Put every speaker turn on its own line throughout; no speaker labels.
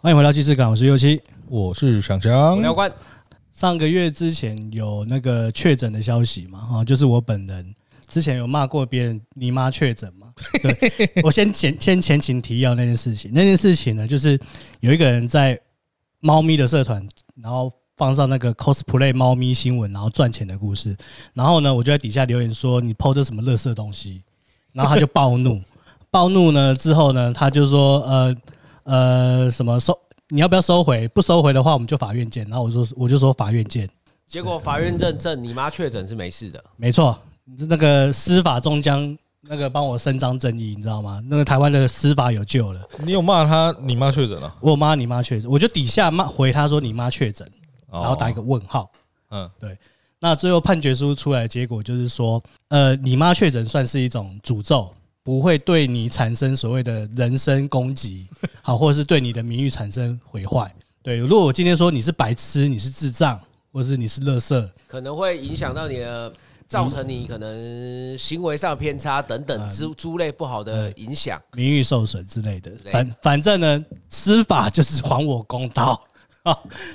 欢迎回到既视感，我是右七。
我是想想
我，聊关
上个月之前有那个确诊的消息嘛？哈、哦就是我本人之前有骂过别人“你妈确诊” 嘛？对，我先前先前情提要那件事情。那件事情呢，就是有一个人在猫咪的社团，然后放上那个 cosplay 猫咪新闻，然后赚钱的故事。然后呢，我就在底下留言说：“你 PO 这什么垃圾东西？”然后他就暴 怒，暴怒呢之后呢，他就说：“呃呃，什么收？”你要不要收回？不收回的话，我们就法院见。然后我说，我就说法院见。
结果法院认证你妈确诊是没事的，
没错，那个司法终将那个帮我伸张正义，你知道吗？那个台湾的司法有救了。
你有骂他你妈确诊了？
我妈你妈确诊，我就底下骂回他说你妈确诊，
哦
然后打一个问号。
嗯，
那最后判决书出来的结果就是说，呃，你妈确诊算是一种诅咒，不会对你产生所谓的人身攻击，好，或者是对你的名誉产生毁坏。对，如果我今天说你是白痴，你是智障，或是你是垃圾，
可能会影响到你的，造成你可能行为上的偏差等
嗯
等之诸类不好的影响。
名誉受损之类的
之类。的
反反正呢，司法就是还我公道。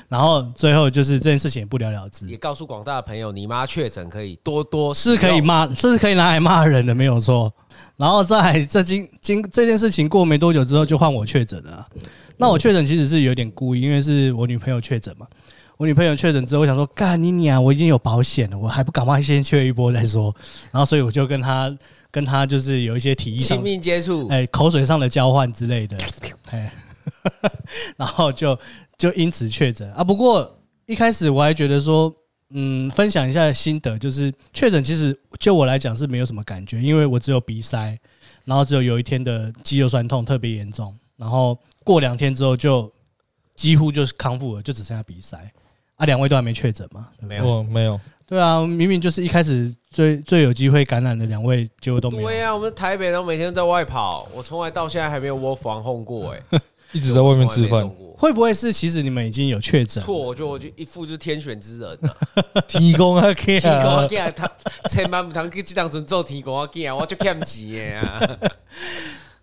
然后最后就是这件事情也不了了之
也，告诉广大的朋友，你妈确诊可以多多
嗯是可以
吗？
骂，是可以拿来骂人的，没有错。然后在这经经这件事情过没多久之后，就换我确诊了啊、那我确诊其实是有点故意，因为是我女朋友确诊嘛。我女朋友确诊之后，我想说，干你娘！我已经有保险了，我还不赶快先确一波再说。然后所以我就跟她跟她就是有一些提议上
亲
的
密接触，
哎、口水上的交换之类 的，哎、 然后就就因此确诊啊。不过一开始我还觉得说，嗯，分享一下心得，就是确诊其实就我来讲是没有什么感觉，因为我只有鼻塞，然后只有有一天的肌肉酸痛特别严重，然后过两天之后就几乎就是康复了，就只剩下鼻塞。啊，两位都还没确诊嘛？对不对
没有
我嗯哦没有，
对啊，明明就是一开始最最有机会感染的两位，结果都没有。
对啊，我们台北人每天都在外跑，我从来到现在还没有我防 控过，哎，
一直在外面吃
从来
饭
没中，过。
会不会是其实你们已经有确诊？
错，我觉得我就一副就是天选之人呐。
提供啊，可以
天公啊，
啊，
囝他千万不通去这当中做天公啊，囝我就欠 钱的啊。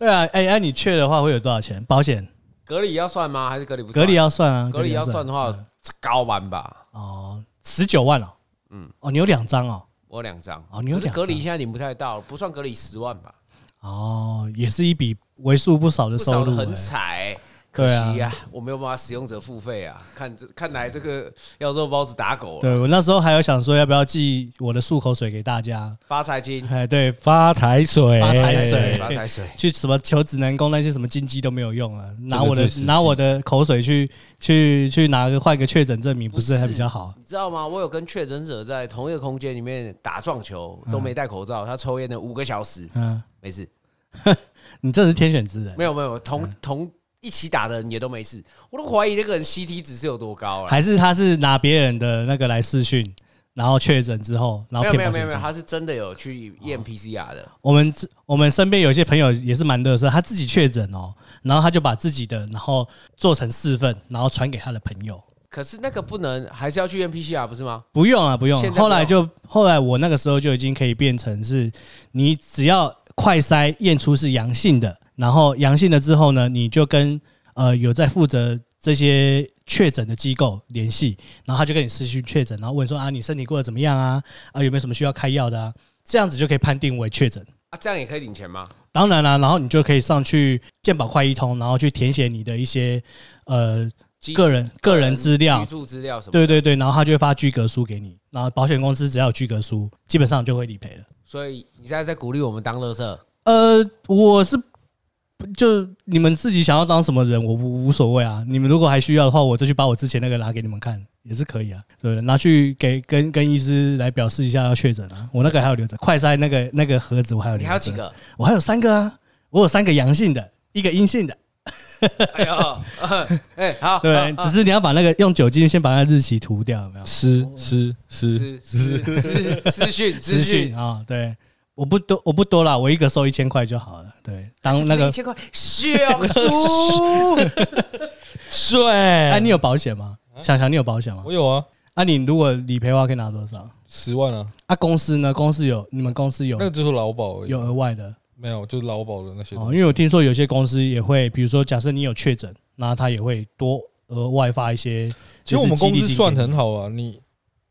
对啊，哎、那、你确的话会有多少钱？保险
隔离要算吗？还是隔离不算？
隔离要算啊，
隔离要算的话，高完吧，
哦，十九万哦，嗯，哦，你有两张哦，
我有两张。
哦，你有
可是
两张
隔离现在领不太到，不算隔离十万吧，
哦，也是一笔为数不少的
不
收
少的
入、
很
哎
惨。可
对啊
惜呀、我没有办法使用者付费啊！看这看来这个要肉包子打狗了，
对我那时候还有想说要不要寄我的漱口水给大家，
发财金、
哎，对，
发财水，
发财水
发财水，
去什么求指南宫那些什么金鸡都没有用啊，拿
这个
我的
最实际
拿我的口水去去去拿个换个确诊证明，不是还比较好？
你知道吗？我有跟确诊者在同一个空间里面打撞球，都没戴口罩，他抽烟了五个小时，
嗯，
没事，
你真是天选之人，
没有没有，同
嗯
同一起打的人也都没事，我都怀疑那个人 CT 值是有多高啊！
还是他是拿别人的那个来试训，然后确诊之后，然
没
后骗
有没有
保
没有
险
没有，
金。
他是真的有去验 PCR 的，
我们自我们身边有一些朋友也是蛮乐色，他自己确诊哦，然后他就把自己的然后做成四份，然后传给他的朋友。
可是那个不能，还是要去验 PCR 不是吗？
不用啊，不用啊。
现在不用
后来就后来我那个时候就已经可以变成是，你只要快筛验出是阳性的，然后阳性了之后呢，你就跟呃有在负责这些确诊的机构联系，然后他就跟你失去确诊，然后问说啊你身体过得怎么样啊啊有没有什么需要开药的啊，这样子就可以判定为确诊。
啊，这样也可以领钱吗？
当然啦、然后你就可以上去健保快一通，然后去填写你的一些呃
基
个人个人资料
居，住资料什么？
对，对对，然后他就会发居格书给你，然后保险公司只要有居格书，基本上就会理赔了。
所以你现在在鼓励我们当乐色，
呃，我是就你们自己想要当什么人，我无无所谓啊。你们如果还需要的话，我再去把我之前那个拿给你们看也是可以啊，对不对？拿去给跟跟医师来表示一下要确诊啊。我那个还有留着，快筛那个那个盒子我还有留
你
着。
还有几？个？
我还有三个啊，我有三个阳性的，一个阴性的。
哎呦， 呃哎，好，
对，只是你要把那个用酒精先把那个日期涂掉，有没有？
湿湿湿，
私私私 私讯私
资
讯
讯，啊，对，我不多，我不多啦，我一个收一千块就好了。对，当那
一
个，
千块，小叔，
水，
哎、你有保险吗？想想你有保险吗
啊我？有啊，
啊，你如果理赔的话可以拿多少？
十万啊，
啊，公司呢？公司有，你们公司有
那个就是劳保而已，
有额外的
没有就是劳保的那些
哦，
东
因
西，
为我听说有些公司也会，比如说假设你有确诊，那他也会多额外发一些。
其实我们
就是
公
激励
司
金
算
给
很好啊，你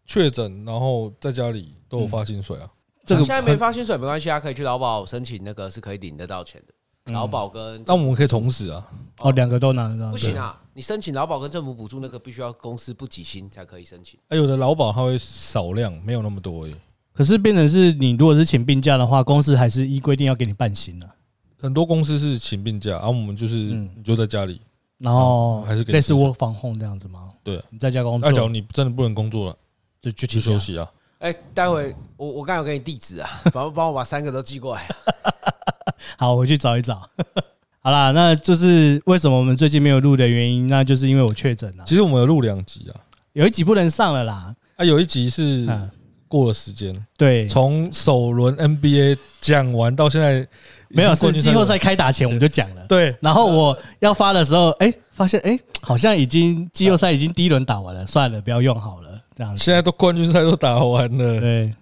确诊然后在家里都有发薪水啊，
这个
现在没
很
发薪水没关系啊，可以去劳保申请那个是可以领得到钱
嗯
的，劳保跟
但我们可以同时啊，
哦，两个都拿得到，
不行啊，你申请劳保跟政府补助那个必须要公司不给薪才可以申请。
哎有的劳保它会少量，没有那么多而已。
可是变成是你如果是请病假的话，公司还是依规定要给你半薪啊。
很多公司是请病假，而、啊我们就是
嗯
你就在家里，
然后
嗯还是给你
类似
薪水
work from home 这样子吗？
对，
你在家工
那假如
作
你真的不能工作了，
就就
去
请
休
假。
息啊。
哎，待会我我刚有给你地址啊，帮帮我把三个都寄过来。
好，我去找一找。 好啦，那就是为什么我们最近没有录的原因，那就是因为我确诊了，
其实我们有录两集啊，
有一集不能上了啦。
啊有一集是
嗯，
过了时间，
对，
从首轮 NBA 讲完到现在，
没有
已经
是
冠军
季后赛
了
开打前我们就讲了。
对，
然后我要发的时候，哎、发现哎、好像已经季后赛已经第一轮打完了，算了，不要用好了，这样子。
现在都冠军赛都打完了，
对，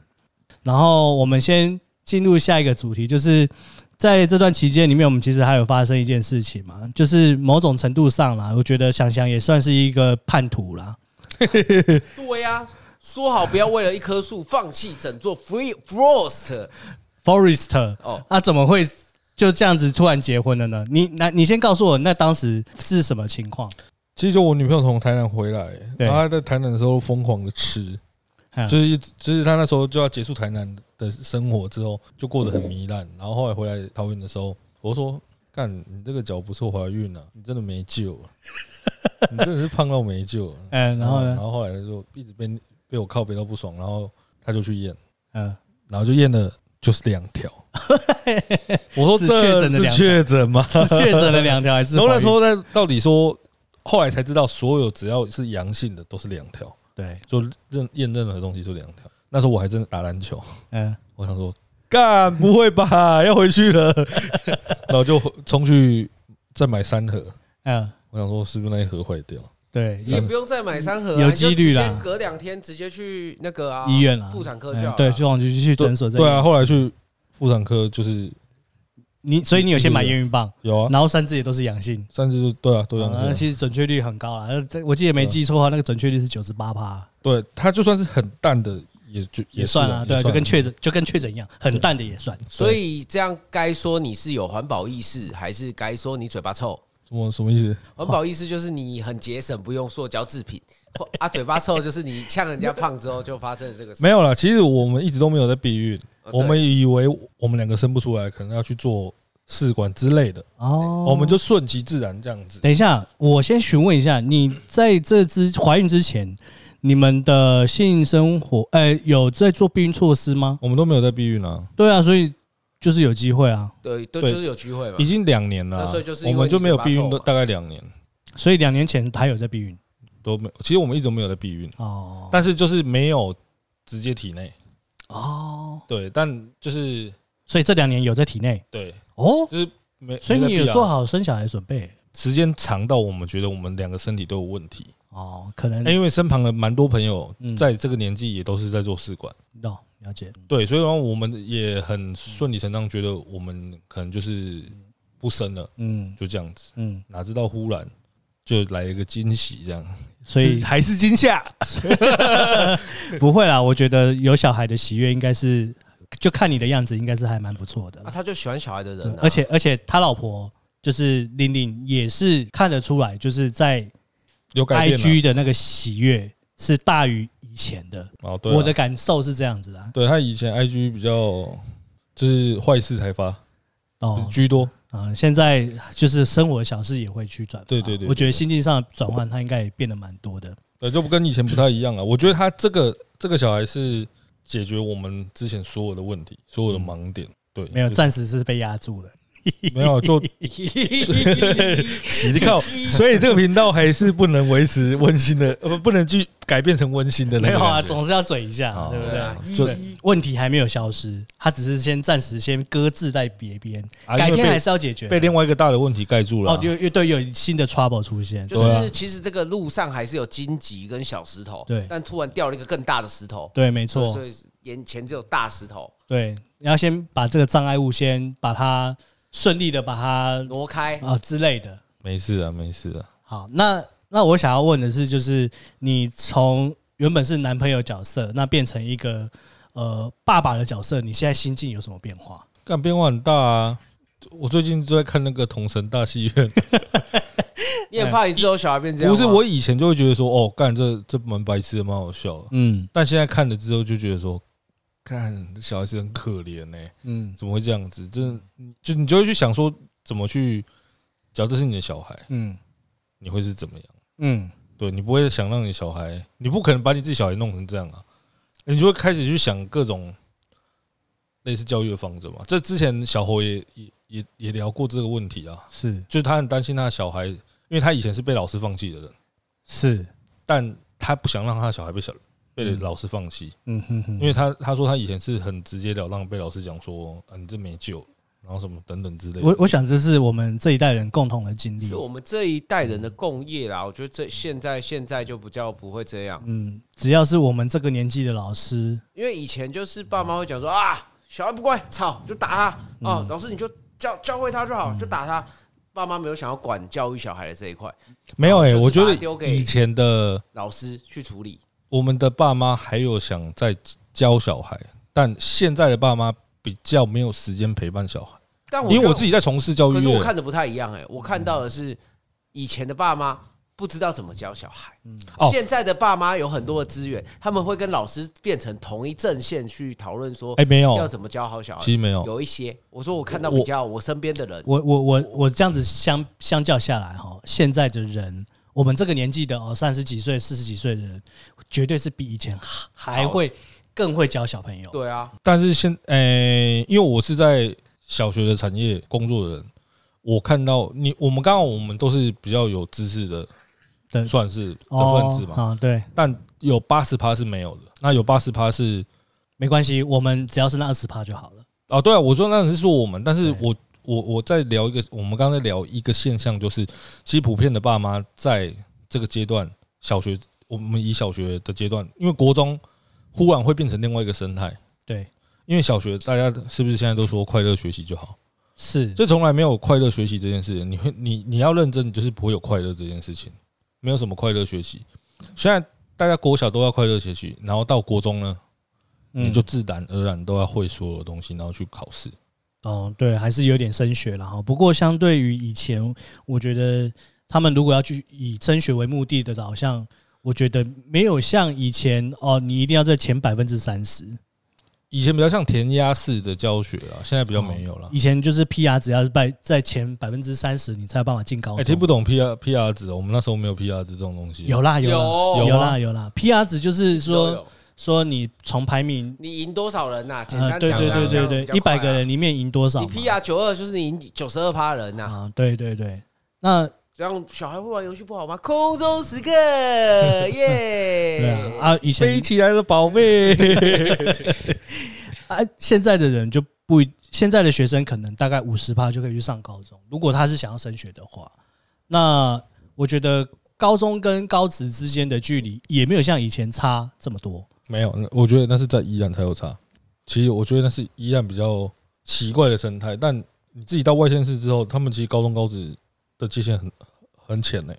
然后我们先进入下一个主题，就是在这段期间里面，我们其实还有发生一件事情嘛，就是某种程度上啦，我觉得想想也算是一个叛徒啦。
对呀、说好不要为了一棵树放弃整座 Free Frost
Forest，
哦，
那、啊怎么会就这样子突然结婚了呢？你那你先告诉我，那当时是什么情况？
其实就我女朋友从台南回来，
对
然后她在台南的时候疯狂的吃，
嗯
就是一直就是她那时候就要结束台南的生活之后，就过得很糜烂。然后后来回来桃园的时候，我说：“干，你这个脚不是怀孕了、你真的没救 了，你真的是胖到没救了。
嗯，”然后
然
呢？
后后来就一直被被我靠背到不爽，然后她就去验，
嗯，
然后就验了就是两 条。我说：“
是确
这
诊的
是
两条
确诊吗？”
是确诊了两条还是怀孕？
然后 那时候在到底说，后来才知道，所有只要是阳性的都是两条，
对，
就认验任何东西就两条。那时候我还真的打篮球，
嗯，
我想说，干不会吧，要回去 了，然后就冲去再买三盒。
嗯，
我想说，是不是那一盒坏掉？
对，
你也不用再买三盒、啊，
有几率啦
你就直接隔两天直接去那个啊
医院啦，
妇产科就
嗯
好了。
对，就往就去诊所这里
对啊，后来去妇产科就是
你，所以你有先买验孕棒，
有啊，
然后三支也都是阳性，
三只就对啊，都阳
啊那
性啊。
其实准确率很高啦。那呃这我记得没记错的话，那个准确率是九十八趴，
对，它就算是很淡的，也就也
算
是
啦，
啊，
对啊，
也
就
算
跟确诊就跟确诊一样，很淡的也算。
所以这样该说你是有环保意识，还是该说你嘴巴臭？
什么什么意思？
环保意识就是你很节省，不用塑胶制品。或啊，嘴巴臭就是你呛人家胖之后就发生了这 个事。
没有啦，其实我们一直都没有在避孕，
呃对
我们以为我们两个生不出来，可能要去做试管之类的，
哦
我们就顺其自然这样子。
等一下，我先询问一下，你在这之怀孕之前，你们的性生活，呃，有在做避孕措施吗？
我们都没有在避孕啊，
对啊，所以就是有机会啊，
对，都就
对
是有聚会嘛
已。经两年了啊、
那所以就是因
我
为
们就没有避
你
孕，
嘴
都
巴臭嘛
大概两年
所以两年前还有在避孕
都没有。其实我们一直都没有在避孕，
哦
但是就是没有直接体内，
哦，
对，但就是
所以这两年有在体内
对，
哦，
就是没。
所以
没
你
在避
有
啊
做好生小孩的准备
时间长到我们觉得我们两个身体都有问题，
哦，可能
哎因为身旁的蛮多朋友
嗯
在这个年纪也都是在做试管。
哦，了解，
对，所以说我们也很顺理成章，觉得我们可能就是不生了，
嗯
就这样子。
嗯，
哪知道忽然就来一个惊喜，这样，
所以
是还是惊吓。
不会啦，我觉得有小孩的喜悦应该是，就看你的样子，应该是还蛮不错的
啊，。他就喜欢小孩的人、
对
啊，
而且而且他老婆就是玲玲，也是看得出来，就是在
有改变了。
IG 的那个喜悦是大于以前的。
哦，对啊、
我的感受是这样子的。
对他以前 IG 比较就是坏事才发、
哦，
居多，
啊、现在就是生活小事也会去转发。
对对对
我觉得心境上的转换，他应该也变得蛮多的。
对，就不跟以前不太一样啊了。我觉得他这个这个小孩是解决我们之前所有的问题，所有的盲点。对，
没有，
就
暂时是被压住 了。
没有就 你靠，所以这个频道还是不能维持温馨的，呃，不能去改变成温馨的那
没
个
有啊，
感觉
总是要嘴一下，
好
对不
对啊
对？
就
问题还没有消失，他只是先暂时先搁置在别边，
啊
改
因为
天
被
还是要解决的。
被另外一个大的问题盖住了啊、
哦，又又对，有新的 trouble 出现，
就
对啊
是其实这个路上还是有荆棘跟小石头，
对
但突然掉了一个更大的石头，
对，没
所以
错
所，以眼前只有大石头
对，你要先把这个障碍物先把它顺利的把它
挪开。
啊之类的。
没事啊，没事啊。
好，那那我想要问的是，就是你从原本是男朋友角色，那变成一个呃爸爸的角色，你现在心境有什么变化？
干变化很大啊！我最近就在看那个《同神大戏院》，
你很怕你之后小孩变这样
哎不
吗？
是我以前就会觉得说，哦，干这这蛮白痴的，蛮好笑的。
嗯
但现在看了之后就觉得说，看这小孩子很可怜呢、
嗯
怎么会这样子？真的，就你就会去想说，怎么去，假如这是你的小孩，
嗯
你会是怎么样？
嗯，
对你不会想让你小孩，你不可能把你自己小孩弄成这样啊，你就会开始去想各种类似教育的方针嘛。这之前小侯也也也也聊过这个问题啊，
是
就是他很担心他的小孩，因为他以前是被老师放弃的人，
是，
但他不想让他的小孩被小被
嗯
老师放弃，
嗯哼哼，
因为他他说他以前是很直截了当被老师讲说，啊你这没救，然后什么等等之类的。
我我想这是我们这一代人共同的经历。
是我们这一代人的共业啦。我觉得这现在现在就比较不会这样，
嗯，只要是我们这个年纪的老师，
因为以前就是爸妈会讲说啊，小孩不乖，吵就打他
嗯
哦，老师你就教教会他就好，就打他。爸妈没有想要管教育小孩的这一块，
没有
哦
哎、
就是
我觉
把它丢
得
给
以前的
老师去处理。
我们的爸妈还有想在教小孩，但现在的爸妈比较没有时间陪伴小孩，
但我
因为
觉
我
得
自己在从事
哦
教育
可是
业
我，看的不太一样哎、
嗯
我看到的是以前的爸妈不知道怎么教小孩，
哦
现在的爸妈有很多的资源，他们会跟老师变成同一阵线去讨论说
哎，没
哦
要
有，
怎么教好小孩
其。实没有，
有一些，我说我看到比较我身边的人，
我我我我这样子相相较下来哈，现在的人，我们这个年纪的哦，三十几岁、四十几岁的人，绝对是比以前还还会更会教小朋友。
对啊，
但是现，诶、因为我是在小学的产业工作的人，我看到你，我们刚好我们都是比较有知识
对
的，算是的分子嘛，
啊、对，
但有八十趴是没有的，那有八十趴是
没关系，我们只要是那二十趴就好了。
哦，对啊，我说那只是说我们，但是
对
我我我在聊一个，我们刚才聊一个现象，就是其实普遍的爸妈在这个阶段，小学我们以小学的阶段，因为国中忽然会变成另外一个生态，
对，
因为小学大家是不是现在都说快乐学习就好，
是
就从来没有快乐学习这件事，你会你你要认真，你就是不会有快乐这件事情，没有什么快乐学习。虽然大家国小都要快乐学习，然后到国中呢，
嗯
你就自然而然都要会所有东西，然后去考试。
哦，对，还是有点升学了哈。不过相对于以前，我觉得他们如果要去以升学为目的的导向，我觉得没有像以前哦，你一定要在前百分之三十，
以前比较像填鸭式的教学啦，现在比较没有了。
以前就是 PR 只要是在在前百分之三十，你才有办法进高
哎、
中。
听不懂 P R P R 值，我们那时候没有 P R 值这种东西。
有啦有啦
有
有
有
啦
啊
有啦，PR 值就是
都
说
有
说你从排名
你赢多少人呐？简
呃
单
对
讲啊，
对
这
对
样
对
比
对，一
较快啊
百个，人里面赢多少
你
嘛？
PR 九二就是你赢九十二趴人呐。
啊，对对对，那
这样小孩会玩游戏不好吗？空中 时刻，
对
耶！
啊啊，以前
起来了，宝贝！
啊，现在的人就不一，现在的学生可能大概五十趴就可以去上高中，如果他是想要升学的话，那我觉得高中跟高职之间的距离也没有像以前差这么多。
没有，那我觉得那是在宜兰才有差。其实我觉得那是宜兰比较奇怪的生态，但你自己到外县市之后，他们其实高中高职的界限很很浅呢、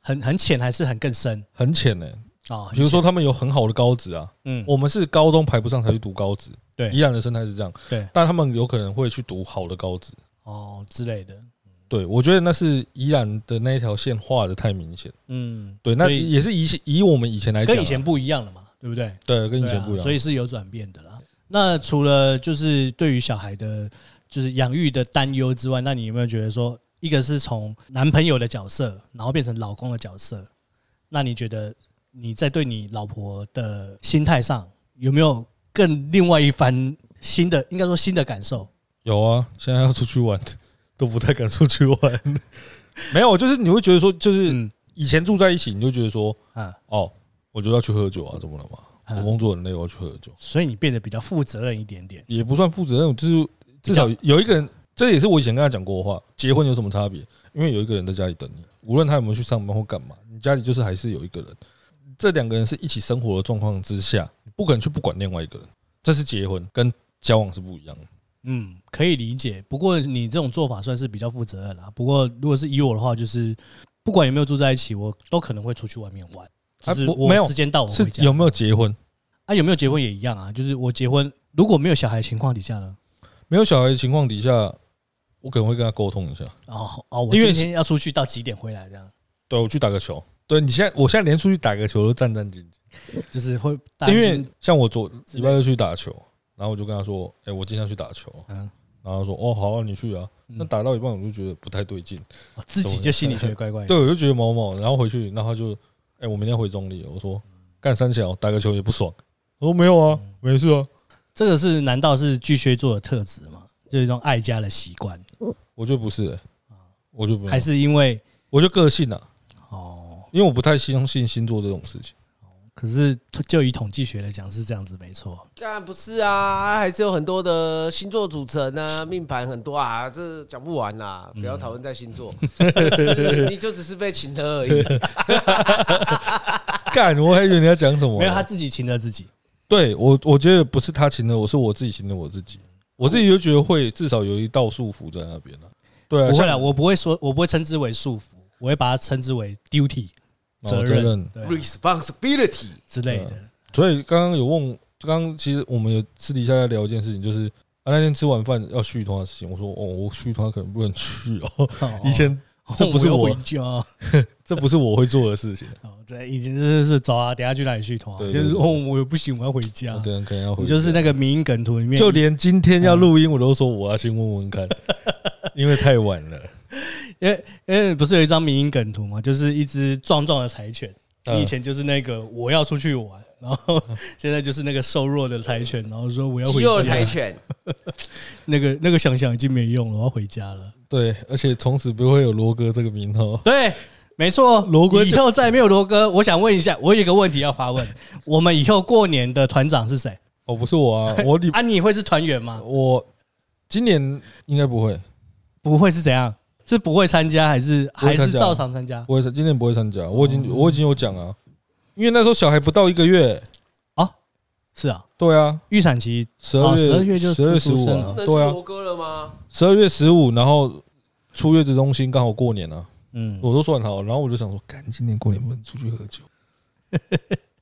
很很浅还是很更深
很浅呢、
啊？很
比如
浅，
说他们有很好的高职啊，
嗯，
我们是高中排不上才去读高职。
对
宜兰的生态是这样，
对，
但他们有可能会去读好的高职。
哦之类的，
对，我觉得那是宜兰的那一条线画的太明显。
嗯，
对，那
所以
也是以前以我们以前来讲啊，
跟以前不一样了嘛，对不对？
对，跟以
对
前
啊
不一样。
所以是有转变的啦。那除了就是对于小孩的，就是养育的担忧之外，那你有没有觉得说，一个是从男朋友的角色，然后变成老公的角色，那你觉得你在对你老婆的心态上有没有更另外一番新的，应该说新的感受？
有啊，现在要出去玩都不太敢出去玩。 没有，就是你会觉得说，就是
嗯
以前住在一起，你就觉得说，
啊，
哦，我就要去喝酒啊，怎么了嘛？
啊
我工作很累，我要去喝酒，
所以你变得比较负责任一点点。
也不算负责任，就是至少有一个人。这也是我以前跟他讲过的话，结婚有什么差别？因为有一个人在家里等你，无论他有没有去上班或干嘛，你家里就是还是有一个人。这两个人是一起生活的状况之下，你不可能去不管另外一个人，这是结婚跟交往是不一样的。
嗯，可以理解。不过你这种做法算是比较负责任啦。不过如果是以我的话，就是不管有没有住在一起，我都可能会出去外面玩。
啊
就是
我
我
没有
时间到我回
是
家。
有没有结婚？
啊？有没有结婚也一样啊？就是我结婚如果没有小孩的情况底下呢？
没有小孩的情况底下，我可能会跟他沟通一下。
哦哦，我
因为
今天要出去到几点回来？这样
对，我去打个球。对你现在，我现在连出去打个球都战战兢兢，
就是会
因为像我昨
之类
礼
的
拜六去打球，然后我就跟他说：“哎，我今天要去打球。
嗯，”
然后他说：“哦，好啊，你去啊。”那
嗯
打到一半，我就觉得不太对劲，
哦自己就心里觉得怪怪的。
对我就觉得毛毛。然后回去，然后他就：“哎，我明天回中立。”我说：“
嗯
干三小打个球也不爽。”我说：“没有啊，没事啊。
这个是难道是巨蟹座的特质吗？就是一种爱家的习惯，”
我觉得不是、欸，我就不
啊还
是，
是因为
我就个性啊，
哦？
因为我不太相信星座这种事情。
可是就以统计学来讲是这样子，没错。
当然不是啊，还是有很多的星座组成啊，命盘很多啊，这讲不完啦，不要讨论在星座，就是
嗯
你就只是被请了而已。
干，我还以为你要讲什么？啊
没有他自己擒了自己，
对我，我觉得不是他擒的我，是我自己擒的我自己。
嗯
我自己就觉得会至少有一道束缚在那边了、对啊，
不会啦，
像
我不会说，我不会称之为束缚，我会把它称之为 duty
哦
责
责
任
任啊
对
Responsibility，
之类的。
所以刚刚有问，刚刚其实我们有私底下在聊一件事情，就是啊那天吃晚饭要续团的事情，我说哦，我续团可能不能去 哦，
哦
以前这不是
哦
我
要回家啊哦，
这不是我会做的事情，
对，以前真的是走啊，等下去哪里续团啊？
对
就是
对对
哦，我又不行，我要回家
我。等可能要回
你
家，
就是那个民音梗图里面，啊
就连今天要录音，我都说我要先问 问看，因为太晚了。
因为因为不是有一张民音梗图吗？就是一只壮壮的柴犬，
嗯
你以前就是那个我要出去玩，然后 现在就是那个瘦弱的柴犬，然后说我要
肌
回
肉
啊
家
柴。犬，
那个那个想想已经没用了，我要回家了。
对，而且从此不会有罗哥这个名号。
对，没错，
罗哥
以后再没有罗哥，我想问一下，我有一个问题要发问： 我们以后过年的团长是谁？
哦，不是 我啊，我礼
啊，你会是团员吗？
我今年应该不会，
啊不会是怎样？是不会参加，还是
不会
还
参加
是照常参加？
不会参，今年不会参加。我
哦
已经我已经有讲啊，因为那时候小孩不到一个月，
是啊，
对啊，
预产期
十二月
哦12月就
十二月十
出
五
生
啊
了，
那是
对啊，
罗哥了吗？
十二月十五，然后出月子中心刚好过年啊，
嗯，
我都算好，然后我就想说，赶今年过年不能出去喝酒，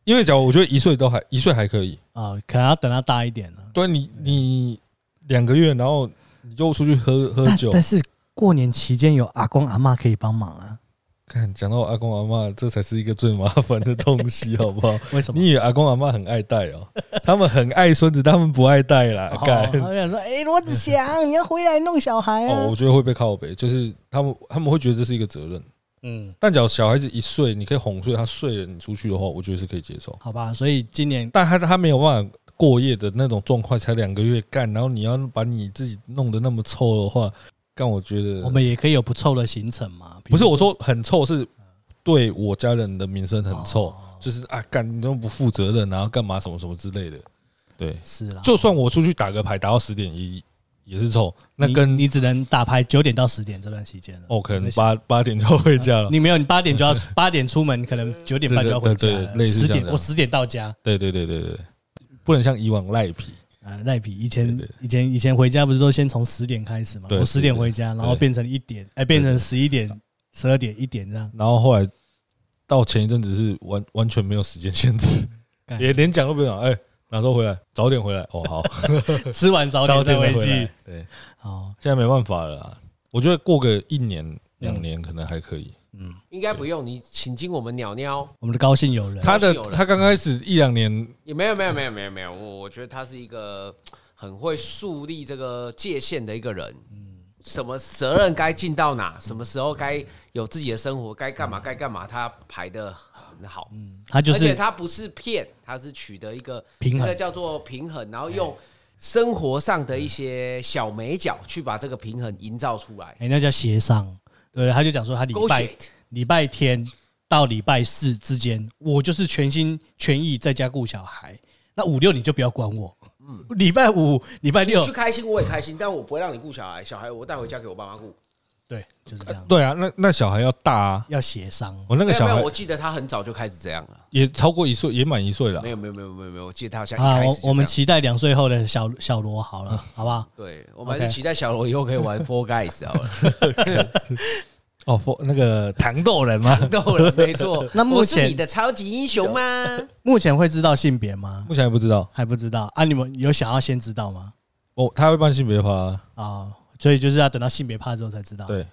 因为假如我觉得一岁都还一岁还可以，
啊，可能要等他大一点了。
对啊你你两个月，然后你就出去喝喝
但
酒
但，是过年期间有阿公阿妈可以帮忙啊？
看讲到我阿公阿妈，这才是一个最麻烦的东 西，好不好？
为什么？
你以为 阿公阿妈很爱戴哦？他们很爱孙子，他们不爱戴啦。
哦
干
他们想说，哎，罗子祥，你要回来弄小孩啊
哦，？我觉得会被靠背，就是他们他们会觉得这是一个责任。
嗯，
但假如小孩子一岁，你可以哄睡，他睡了你出去的话，我觉得是可以接受。
好吧，所以今 年
但他他没有办法过夜的那种状况，才两个月干，然后你要把你自己弄得那么臭的话，干我觉得
我们也可以有不臭的行程嘛？比
不
如
是我说很臭，是对我家人的名声很臭，
哦
就是啊干你都不负责任，然后干嘛什么什么之类的。对，
是啦，
就算我出去打个牌打到十点一也是臭，那
你
跟
你只能打牌九点到十点这段时间了。
哦可能八八点就回家了。
你没有，你八点就要 八点出门，可能九点半就要回家
对对对对
了。
类似
十
像
点
这样
我十点到家。
对对对对对，不能像以往赖皮。
啊，赖皮以前
对对
以前以前回家不是都先从十点开始嘛？
对
我
是
十
的
点回家，然后
对
变成一点，哎，变成十一点、十二点、一点这样。
然后后来到前一阵子是完完全没有时间限制，
干
连连讲都不用讲。哎，哪时候回来？早点回来哦， 好，
吃完早
早
点再回
回来
去。。哦
对，
好，
现在没办法了啊。我觉得过个一年两年可能还可以。
嗯，
应该不用，你请进我们鸟鸟。
我们的高兴有人，
他的
有了
他刚开始一两年，
也没有没有没有没有没有，我我觉得他是一个很会树立这个界限的一个人。
嗯
什么责任该尽到哪，什么时候该有自己的生活，该干嘛该干嘛，他排的很好。
嗯
他就
而且
是
他不是骗，他是取得一个
平衡哎
那个叫做平衡，然后用生活上
嗯
的一些小美角去把这个平衡营造出来。
哎，那叫协商。对，他就讲说他礼拜
Bullshit
礼拜天到礼拜四之间，我就是全心全意在家顾小孩。那五六你就不要管我。礼拜五、礼拜六
你去，开心我也开心，但我不会让你顾小孩，小孩我带回家给我爸妈顾。
对，就是这样，
对啊，那那小孩要大啊。
要协商。
我那
那
个小孩
我记得他很早就开始这样了。
也超过一岁，也满一岁了
没。有没有没有没有没有，我记得他好像一
啊，
开始就
我
这样
我们期待两岁后的小小罗好了，好不好？
对，我们还
OK
是期待小罗以后可以玩 Four Guys 好了。
哦，佛那个糖豆人吗？
逗人，没错
。那目
我是
前
你的超级英雄吗？
目前会知道性别吗？
目前还不知道
还不知道啊？你们有想要先知道吗？
哦，他会办性别趴啊，
啊、所以就是要等到性别怕之后才知道。，
对，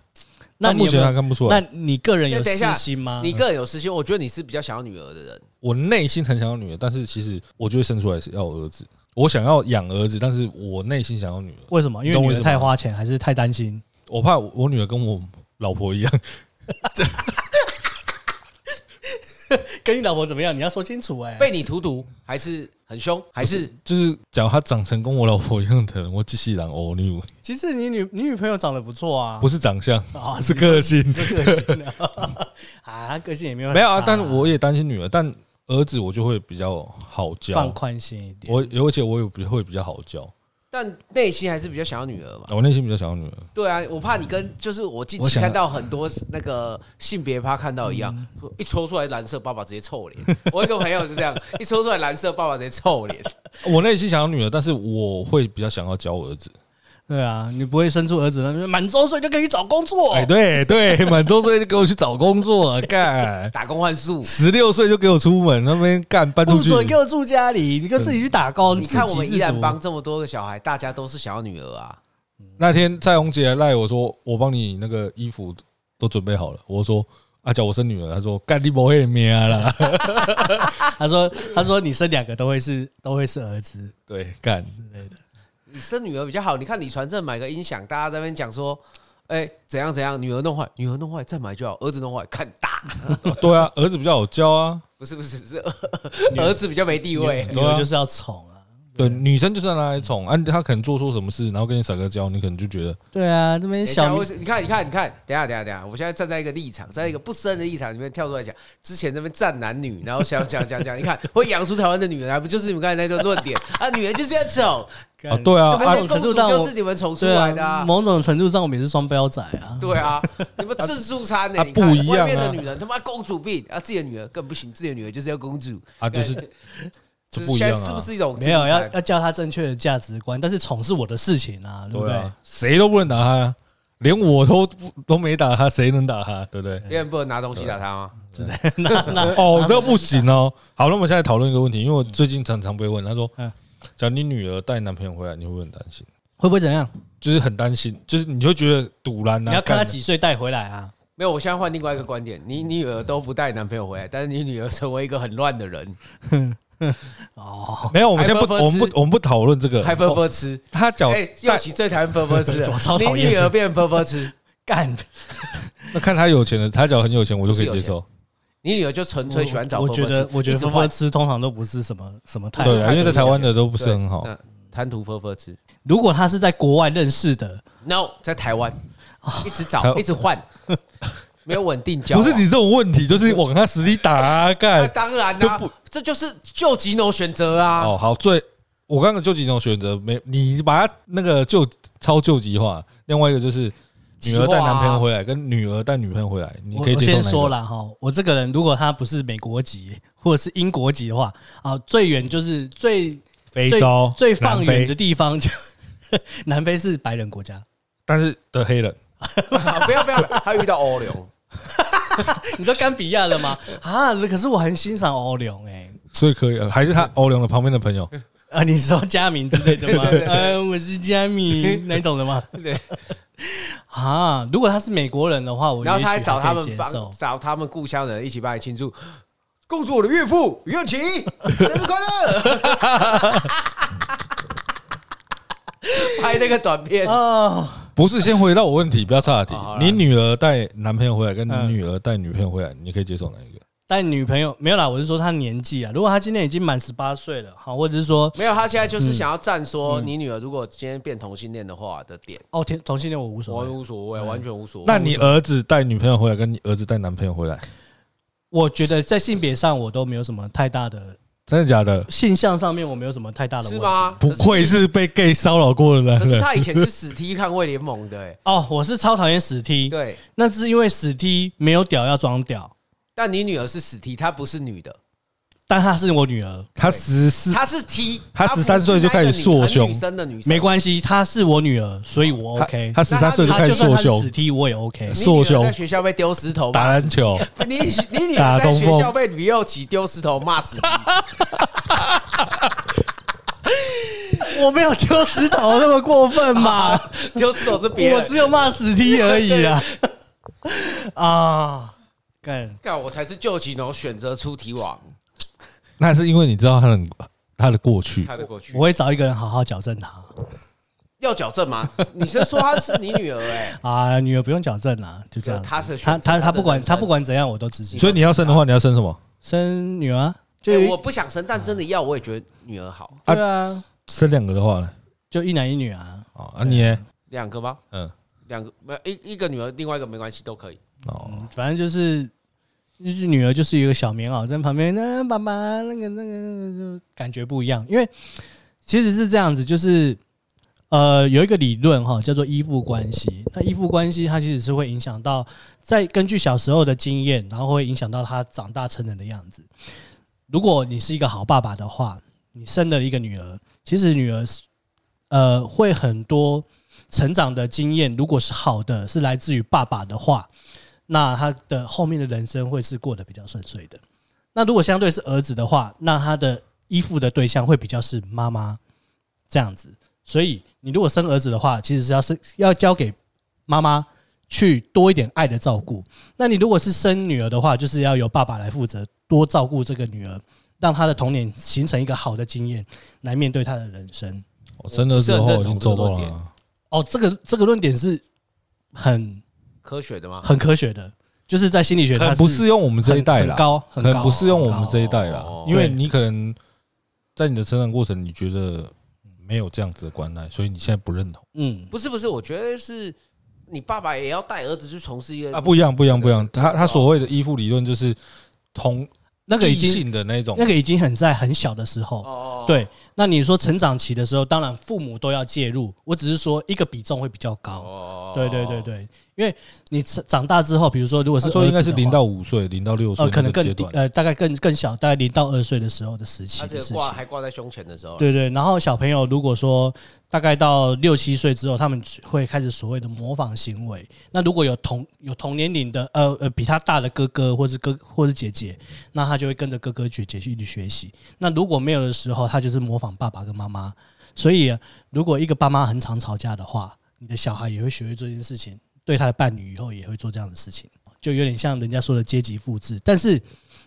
那
但
你
目
有没
前还
有？
看不出
那
来。
你个人有
那等一
私
下
心吗？
你个人有私心，我觉得你是比较想要女儿的人。
我内心很想要女儿，但是其实我就会生出来是要儿子。我想要养儿子，但是我内心想要女儿，
为什么？因为
你懂我
女
意
儿
思
太
吗
花钱，还是太担心？
我怕我我女儿跟我老婆一样，
跟你老婆怎么样？你要说清楚哎、
被你荼毒，还是很凶，还是
就是假如她长成跟我老婆一样的人，我继续养欧女，
其实你女你女朋友长得不错啊，
不是长相，
啊
是个性。
是个性啊， 啊，她个性也没有很
没有啊，
差
但我也担心女儿，但儿子我就会比较好
放
教，
宽心一点。
我而且我有比会比较好教，
但内心还是比较想要女儿嘛？
我内心比较想要女儿。
对啊，我怕你跟就是我近
我
期
想
看到很多那个性别趴看到一样，说一抽出来蓝色，爸爸直接臭脸。 我一个朋友就这样，一抽出来蓝色，爸爸直接臭脸。
我内心想要女儿，但是我会比较想要教儿子。
对啊，你不会生出儿子，那就满周岁就可以找工作。
哎，对对， 满周岁就给我去找工作啊，干。
打工换宿，
十六岁就给我出门，那边干搬出
不
去，
准给我住家里，你就自己去打工。
你看我们
自给
依
自足
然帮这么多个小孩，大家都是想要女儿啊。
那天蔡红姐赖我说，我帮你那个衣服都准备好了。我说阿娇，叫我生女儿。她说干你不会命啦。
啊他说他说你生两个都会是都会是儿子
对，干
之类的。
你生女儿比较好，你看李传正买个音响，大家在那边讲说，哎、怎样怎样，女儿弄坏，女儿弄坏再买就好，儿子弄坏看打。
对啊，儿子比较好教啊。
不是不是 是儿儿子比较没地位。
女儿就是要宠啊。
对，女生就是要拿来宠，啊，她可能做错什么事，然后跟你撒个娇，你可能就觉得
对啊，这边
等一下
小
为什你看，你看，你看，等一下，等一下，等一下，我现在站在一个立场，在一个不深的立场里面跳出来讲，之前那边站男女，然后想讲讲讲，你看会养出台湾的女人，啊还不就是你们刚才那段论点啊？女人就是要丑，
啊，对啊，
这
这
啊
种
边些
程
公
度
主
但我
就是你们宠出
对
来的
啊，
啊。
某种程度上我们也是双标仔啊。
对啊，你们自助餐呢、
啊
你看
不一样啊
外面的女人他妈公主病啊，自己的女儿更不行，自己的女儿就是要公主，
啊，就是 这
就是
不一
现
样
在是不
啊，
是一种自
没
助
有要
餐？
要教他正确的价值观，但是宠是我的事情啊，对不
对
对？
啊，谁都不能打她啊，连我都 不都没打她，谁能打她，对不对？
别人不能拿东西打她吗？
哦，这不行哦。好，那我们现在讨论一个问题，因为我最近常常被问，他说
嗯，
假如你女儿带男朋友回来，你会不会很担心？
会不会怎样？
就是很担心，就是你会觉得堵然啊。
你要看他
干
几岁带回来啊。
没有，我现在换另外一个观点，你你女儿都不带男朋友回来，但是你女儿成为一个很乱的人，
哦，
没有，我们
还
先不，
分分
我们
吃
不，我们不讨论这个。哦
还啵啵吃。
他脚
哎，又
带，
起最讨厌啵啵吃
怎么超
了，你
讨厌
女儿变啵啵吃，
干，
那看他有钱的，他脚很有钱，我就可以接受。
你女儿就纯粹喜欢找
我
啵
我
啵吃
觉。得，我觉得
一直
分
换
分吃通常都不是什么什么太。
对啊，因为在台湾
对
的都不是很好。
那贪图啵啵吃
如果他是在国外认识的，
，no，在台湾一直
台
找，
湾
一直换，没有稳定交
不
往。
是你这种问题，就是往他死里打啊！
那
干
当然
就
啦
不，
这就是救急农选择啊。
哦，好，最我刚刚就几种选择，没你把他那个救超救急化。另外一个就是女儿带男朋友回来，跟女儿带女朋友回来，你
我
可以
我
接受
先
哪一
说
个？
了哈，我这个人如果他不是美国籍或者是英国籍的话，啊，最远就是最
非洲
最最放远
南
的
非
地方就 南非是白人国家，
但是的黑人，
不要不要，不要他遇到欧流，
你知道甘比亚了吗？啊，可是我很欣赏欧龙哎。
所以可以，呃还是他欧良的旁边的 朋友。
啊，你说佳明之类的 吗？嗯，我是佳明，那种的吗？
对，
啊，如果他是美国人的话，我
然后
哦也
他还
许
找
还
他
可以接
们
受
帮找他们故乡人一起帮你庆祝。恭祝我的岳父于愿琪生日快乐！ 拍那个短片，
哦，
不是，先回到我问题，不 要岔题
好好。啦
你女儿带男朋友回来，跟你
嗯
女儿带女朋友回来，你可以接受哪一个？
但女朋友没有啦，我是说他年纪啊，如果他今年已经满十八岁了，好，或者是说
没有，他现在就是想要站说，你女儿如果今天变同性恋的话的点，
哦，天同性恋我无所
我
谓，
无所谓，完全无所谓。
那你儿子带女朋友回来，跟你儿子带男朋友回来，
我觉得在性别上我都没有什么太大的
真的假的？
性向上面我没有什么太大的
是
问题。
吗？
不愧是被 gay 骚扰过的男
可是
人。
他以前是死踢看卫联盟的、欸，
哦，我是超讨厌死踢，
对。
那是因为死踢没有屌要装屌，
但你女儿是死踢，她不是女的，
但她是我女儿，
他十四，
她是 T，
她13岁就开始塑胸
女生的女生
没关系，她是我女儿，所以我 OK。
他十三岁就
她
开
就
始
算
缩
她是
胸
死，踢我也 OK。
系
塑胸
在学校被丢石头
打
骂
篮
死，
球，
你你女
打
儿在
中
学
锋
校被女幼旗丢石头骂死，
我没有丢石头那么过分 嘛，
丢石头是啊别
我
人。
只有骂死踢而已 啦。啊，干
干我才是救急农选择出题王，
那是因为你知道他的他的过去，
他的过去
我会找一个人好好矫正她
要矫正吗？你是说她是你女儿哎？
啊，女儿不用矫正啦，就 这样子。
她是选
她
择
她
她
她
的
不管
人
她
生哎
不管怎样，我都支持。
所以你要生的话，你要生什么？
生女儿啊，就
哎
一
我不想生，但真的要我也觉得女儿好，
啊
对啊，
生两个的话呢？
就一男一女啊。
哦啊，你呢
两个吧，
嗯
两个没有一一个女儿，另外一个没关系都可以。
哦，
嗯反正就是就是女儿就是一个小棉袄在旁边，那、爸爸那个那个那个感觉不一样，因为其实是这样子，就是呃有一个理论哈叫做依附关系，那依附关系它其实是会影响到在根据小时候的经验，然后会影响到他长大成人的样子。如果你是一个好爸爸的话，你生了一个女儿，其实女儿是呃会很多成长的经验，如果是好的，是来自于爸爸的话，那他的后面的人生会是过得比较顺遂的。那如果相对是儿子的话，那他的依附的对象会比较是妈妈这样子。所以你如果生儿子的话，其实是要是要交给妈妈去多一点爱的照顾。那你如果是生女儿的话，就是要由爸爸来负责多照顾这个女儿，让她的童年形成一个好的经验，来面对她的人生。
我生的时候已经走
我
过
不是
了
很认
啊，
哦，这个这个论点是很
科学的吗？
很科学的，就是在心理学
可
它
能不适用我们这一代
很
啦
很，高，很
可能
高
不适用我
很
们
高
这一代啦
哦，
因为
对
你可能在你的成长过程，你觉得没有这样子的关爱，所以你现在不认同
嗯，
不是不是，我觉得是你爸爸也要带儿子去从事一个
呃
啊，不一样，不一样，不一样。他他所谓的依附理论就是同
哦那个已
异
经
性的那种
那，个已经很在很小的时候。
哦，
对，那你说成长期的时候，当然父母都要介入，我只是说一个比重会比较高。
哦
对对对，对，因为你长长大之后，比如说如果是
他说应该
儿子
是
的
零
话
到五岁，零到六岁
呃，可能
那个
更
阶
低
段，
呃，大概更更小，大概零到二岁的时候的时期
他
的事
这个
情。
挂还挂在胸前的时候，
对对，然后小朋友如果说大概到六七岁之后，他们会开始所谓的模仿行为。那如果有同有同年龄的呃呃比他大的哥哥或是哥或是姐姐，那他就会跟着哥哥姐姐去一起学习。那如果没有的时候，他就是模仿爸爸跟妈妈。所以啊如果一个爸妈很常吵架的话，你的小孩也会学会做这件事情，对他的伴侣以后也会做这样的事情，就有点像人家说的阶级复制。但是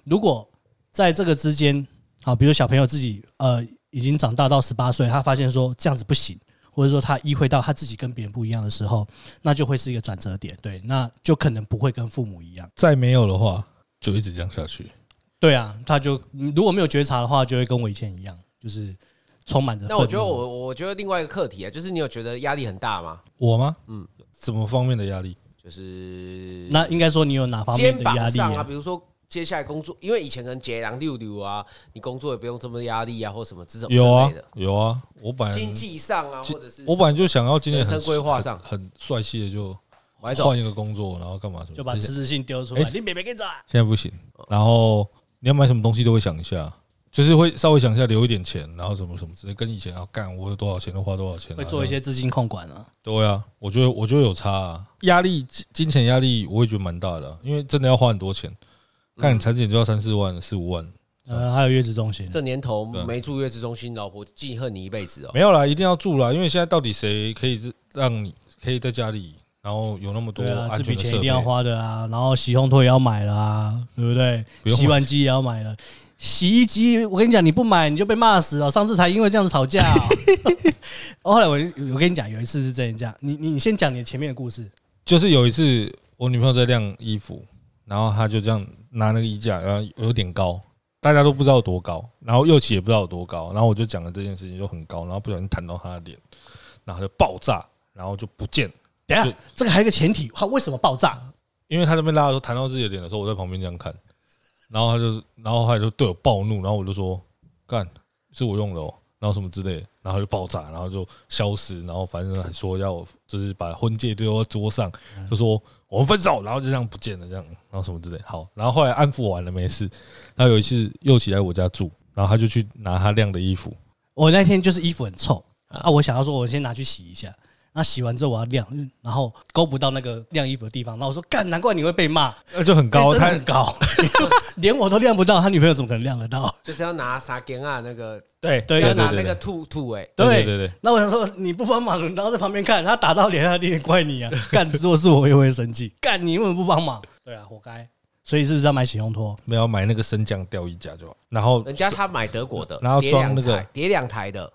如果在这个之间，好，啊比如小朋友自己呃已经长大到十八岁，他发现说这样子不行，或者说他意会到他自己跟别人不一样的时候，那就会是一个转折点，对，那就可能不会跟父母一样。
再没有的话，就一直这样下去。
对啊，他就嗯如果没有觉察的话，就会跟我以前一样，就是充满着愤怒。
那我觉得我我觉得另外一个课题啊，就是你有觉得压力很大吗？
我吗？嗯
嗯，
什么方面的压力？
就是
那应该说你有哪方面
肩
的
膀
压力、
上啊，比如说接下来工作，因为以前可能杰郎六六啊，你工作也不用这么压力啊，或什么这种之
有啊
类的，，
有啊。我本来
经济上啊，
经
或者是
我本来就想要今年很
人生规划上
很很帅气的就
怀总
换一个工作，然后干嘛什么？
就把
现
辞职信丢出来，
哎
你别别跟着、啊。
在不行。然后你要买什么东西都会想一下，就是会稍微想一下留一点钱，然后什么什么之类，跟以前要干我有多少钱就花多少钱啊，
会做一
这
些
样
资金控管啊，
对啊，我觉得我觉得有差、啊，压力金金钱压力我也觉得蛮大的啊、因为真的要花很多钱，干
嗯
产检就要三四万四五万，
呃，还有月子中心，
这年头
对啊
没住月子中心，老婆记恨你一辈子哦。
没有啦，一定要住啦，因为现在到底谁可以让你可以在家里，然后有那么多
对啊，这
安
笔
全的
钱
设
一定
备？
要花的啊，然后洗烘托也要买了啊，对不对？
不用买
洗碗机也要买了，洗衣机我跟你讲，你不买你就被骂死了。上次才因为这样子吵架、 哦。后来我我跟你讲，有一次是这样，你你你先讲你前面的故事，
就是有一次我女朋友在晾衣服，然后她就这样拿那个衣架，然后有点高，大家都不知道有多高，然后右起也不知道有多高，然后我就讲了这件事情就很高，然后不小心弹到她的脸，然后她就爆炸，然后就不见了。
等一
对
下这个还有一个前提，它为什么爆炸？
因为他这边拉的时候弹到自己的脸的时候，我在旁边这样看，然后他就，然后他就对我暴怒，然后我就说：“干，是我用的哦。”然后什么之类的，然后就爆炸，然后就消失，然后反正还说要就是把婚戒丢到桌上，就说我们分手，然后就这样不见了，这样，然后什么之类的。好，然后后来安抚完了没事，然后有一次又起来我家住，然后他就去拿他晾的衣服，
我那天就是衣服很臭啊，我想要说，我先拿去洗一下。那洗完之后我要晾，嗯然后勾不到那个晾衣服的地方。然后我说：“干，难怪你会被骂，
那就很高，
哎
欸真的
他
很高， 连我都晾不到，他女朋友怎么可能晾得到
就是要拿沙根啊那个，
对对
要
对
拿
对
那个
对
兔兔哎、？”
对对对，
那我想说，你不帮忙，然后在旁边看他打到脸，他一定怪你啊！干，如果是我，我也会生气。干，你为什么不帮忙？对啊，活该。所以是不是要买洗烘拖？
没有买那个升降吊衣架就好，然后
人家他买德国的，
然后
叠
装
两
那个
台，叠两台的，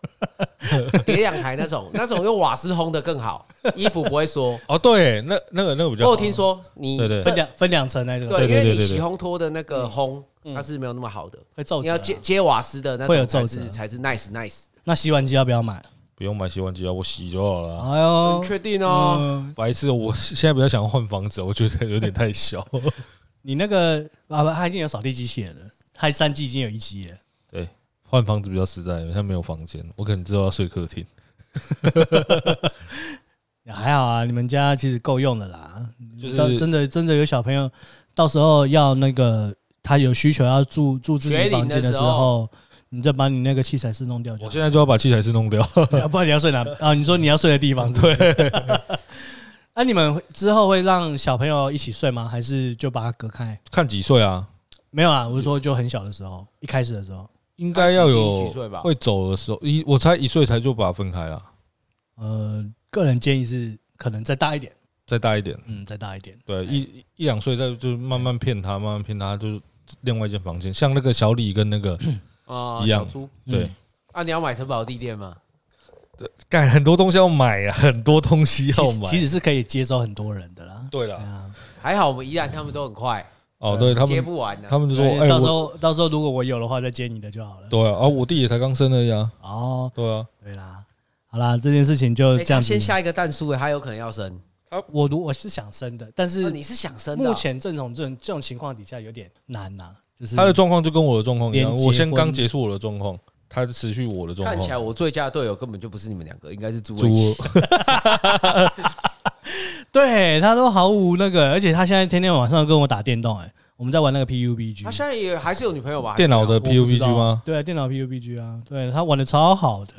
叠两台那种，那种用瓦斯烘的更好，衣服不会缩。
哦对，那那个那个比较好，
我有听说你
对对
分
这
两分两层那个
对，因
对
为
对
你
对
洗
对
烘托的那个烘，它是没有那么好的，
会皱
你
褶啊、
要接接瓦斯的
嗯
那
会有
种
皱
才
褶
是才是 nice nice。
那洗碗机要不要买？
不用买洗碗机啊，我洗就好了啊。
哎呦，
确定哦，
嗯，
白痴，我现在比较想换房子，啊我觉得有点 太小。
你那个啊，不，它已经有扫地机器人了，它三季已经有一机了。
对，换房子比较实在，现在没有房间，我可能之后要睡客厅。
也还好啊，你们家其实够用的啦。
就是
到嗯真的真的有小朋友，到时候要那个他有需求要住住自己
学龄
房间
的
的
时
时
候
候，你再把你那个器材室弄掉就
我
好。
现在就要把器材室弄掉。
啊不然你要睡 哪？啊，你说你要睡的地方对。 那、你们会之后会让小朋友一起睡吗？还是就把它隔开？
看几岁啊？
没有啊，我是说就很小的时候，一开始的时候，
应该要
二
有
十几岁吧
会走的时候，一我才一岁才就把它分开了，
呃，个人建议是可能再大一点，
再大一点，
嗯，再大一点。
对，一一两岁再就慢慢骗他，慢慢骗他，就是另外一间房间，像那个小李跟那个一
啊，小
样
猪
嗯
对，
啊，你要买城堡地垫吗？
干很多东西要买啊，很多东西
其
要
实
买。
其实是可以接收很多人的啦。对
对了，
啊，
还好我们宜兰他们都很快，
哦，对他
接
们
不完啊的
他。们就说，
所
哎，
以到时
我
候到时候如果我有的话，再接你的就好了。
对啊，啊我弟也才刚生而已啊，
哦，
对啊，
对啦，好啦，这件事情就
哎
这样
他
子。
先下一个蛋叔哎，他有可能要生。
我如我是想生的，但
那
是
你是想生的
目
啊？
前这种这种这种情况底下有点难呐、就是
他的状况就跟我的状况一样，
连结
我先
婚
刚结束我的状况，他持续我的状
看起来
况。
我最佳的队友根本就不是你们两个，应该是朱伟
哦猪
奇。
对他都毫无那个，而且他现在天天晚上跟我打电动、哎，我们在玩那个 PUBG，
他现在也还是有女朋友吧？
电脑的
我不知
PUBG
道
吗？？
对啊，电脑 PUBG 啊，对他玩的超好的，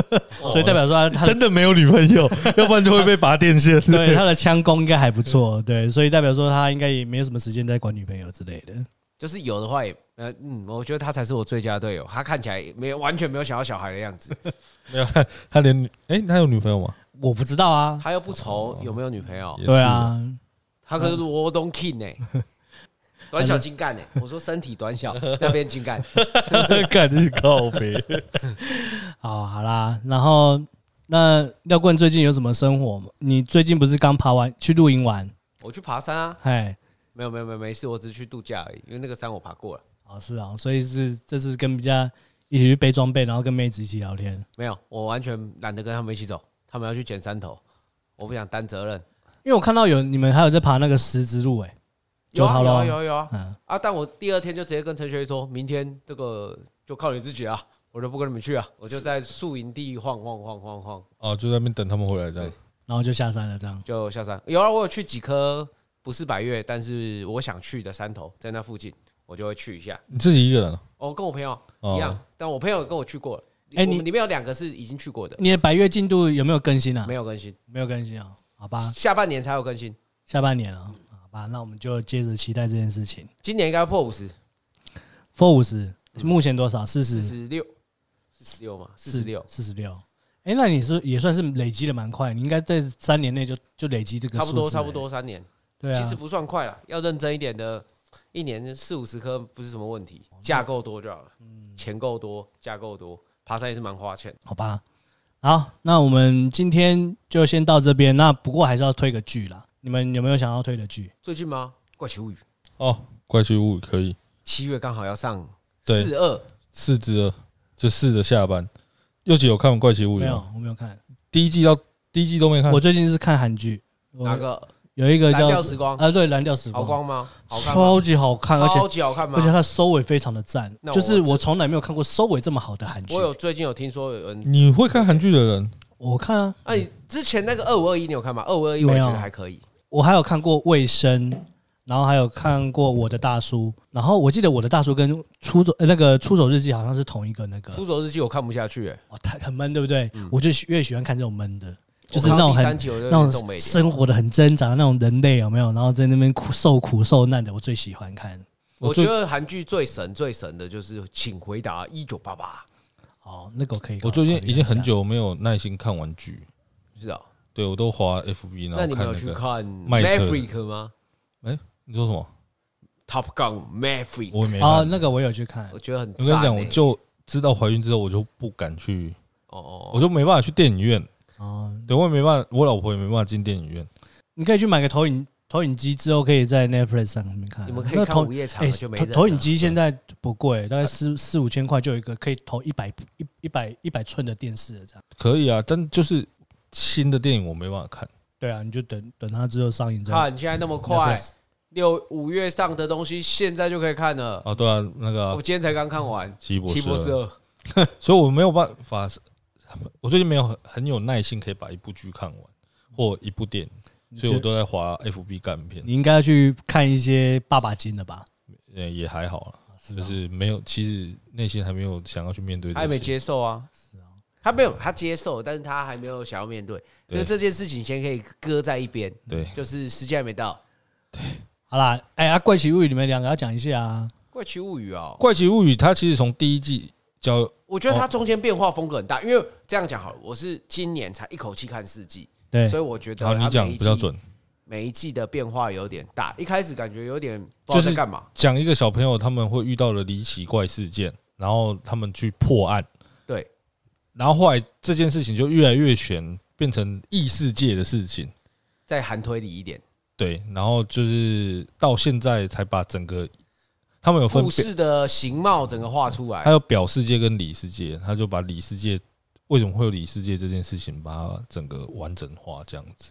所以代表说他他的
哦真的没有女朋友，要不然就会被拔电线。
对他的枪功应该还不错，对，所以代表说他应该也没有什么时间在管女朋友之类的。
就是有的话也，呃，嗯，我觉得他才是我最佳的队友。他看起来也没有完全没有想要小孩的样子，
没有， 他他连女哎，他有女朋友吗？
我不知道啊，
他又不愁有没有女朋友，
也是
对，啊，
他可是罗东 king 呢、短小精干呢、我说身体短小，那边精干。
干你靠呗。
好，好啦，然后那廖棍最近有什么生活吗？你最近不是刚爬完去露营玩？
我去爬山啊，
哎，
没有没有没有没事，我只是去度假而已，因为那个山我爬过了。
哦是啊，所以是这次跟比较一起去背装备，然后跟妹子一起聊天。
没有，我完全懒得跟他们一起走，他们要去捡山头，我不想担责任。
因为我看到有你们还有在爬那个十字路、哎，
有
就
啊
好
有
咯
啊有啊有啊
嗯，
啊！但我第二天就直接跟陈学义说，明天这个就靠你自己啊，我就不跟你们去啊，我就在宿营地晃晃晃晃晃，
哦，就在那边等他们回来这样。
然后就下山了，这样。
就下山。有啊，我有去几颗不是百越，但是我想去的山头，在那附近我就会去一下。
你自己一个人啊？
哦，跟我朋友
哦
一样，但我朋友跟我去过了。
哎
哎，你
你
里面有两个是已经去过的，
你的百月进度有没有更新啊？
没有更新，
没有更新啊，好吧，
下半年才有更新，
下半年啊，好吧，那我们就接着期待这件事情。
今年应该要破五十，
负五十，目前多少？四
嗯四
十，
十六，四十六嘛，四十六，
四十六。哎，那你是也算是累积的蛮快，你应该在三年内就就累积这个
差不
数
多
字
差
了
不。多三年。
对啊，
其实不算快了，要认真一点的，一年四五十颗不是什么问题，架够多就好了，钱够多，架够多，爬山也是蛮花钱。
好吧。好，那我们今天就先到这边。那不过还是要推个剧啦，你们有没有想要推的剧？
最近吗？怪奇物语
哦，怪奇物语可以，
七月刚好要上
对
四二，
四之二，就四的下半。右姐有看怪奇物
没
语
有
吗？，
我没有看。
第一季到第一季都没看
我。最近是看韩剧，我
哪个
有一个
蓝
叫
调时光
啊，对，蓝调时
好光吗？好看吗？
超级好看，而且
超级好看吗啊
而？且它收尾非常的赞，
那我
就是我从来没有看过收尾这么好的韩剧
我。有最近有听说有
嗯
人，
你会看韩剧的人，
我看啊，
哎、你之前那个二五二一你有看吗？二五二一我
没
也
有
觉得还可以，
我还有看过《卫生》，然后还有看过《我的大叔》，然后我记得《我的大叔》跟《出走》呃那个《出走日记》好像是同一个那个，
《出走日记》我看不下去、哎
哦，太很闷，对不对？我就喜越喜欢看这种闷的，就是
嗯我
那种
看到第三
很
集我就
那
有点动没
种
脸
生活的很挣扎的那种人类有没有？然后在那边苦受苦受难的，我最喜欢看。
我
最
觉得韩剧最神最神的就是《请回答一九八八
哦，那个我可以考。
我最近
考虑
已经
一下
很，久没有耐心看完剧，》，
是啊。
对我都滑 FB，然
那
后
你没
看
有
那
去
个。
看
卖车的
Maverick 吗
你说什么？
？Top Gun Maverick，
我也没看。
哦，那个我有去看
我。觉得很
我
赞、欸。
跟你讲，我就知道怀孕之后，我就不敢去，
哦哦，
我就没办法去电影院。
哦，
对，我也没办法，我老婆也没办法进电影院。
你可以去买个投影投影机，之后可以在 Netflix 上面看。
你们可
那
以看
投
午夜场
哎，
就没
投
人了
投影机现在不贵，大概四四五千块就有一个可以投一百一一百一百寸的电视了，这样。
可以啊，但就是新的电影我没办法看。
对啊，你就等等它之后上映再。
看现在那么快，六五月上的东西现在就可以看了。
啊，对啊，那个啊
我今天才刚看完
奇嗯博
《
士
奇博士啊
二
二》，
所以我没有办法，我最近没有很很有耐心可以把一部剧看完或一部电影，所以我都在划 FB 干片
你，应该去看一些爸爸金的吧？
呃，也还好啦，就是没有，其实内心还没有想要去面对这
他
些。
啊还没接受啊。他没有，他接受，但是他还没有想要面对，
对
所以这件事情先可以搁在一边，
对，
就是时间还没到。
好啦，哎、啊，怪奇物语你们两个要讲一下啊。
怪奇物语哦，
《怪奇物语》它其实从第一季叫
我觉得它中间变化风格很大，因为这样讲好了，我是今年才一口气看四季，
对，
所以我觉得
好，啊
它
你
每
讲比
一
较
季
准，
每一季的变化有点大，一开始感觉有点不知道
就是
在干嘛，
讲一个小朋友他们会遇到的离奇怪事件，然后他们去破案，
对，
然后后来这件事情就越来越悬，变成异世界的事情。
再含推理一点，
对，然后就是到现在才把整个他们有分
故
表，
事的形貌整个画出
还
来，
有表世界跟里世界，他就把里世界为什么会有里世界这件事情，把它整个完整化这样子。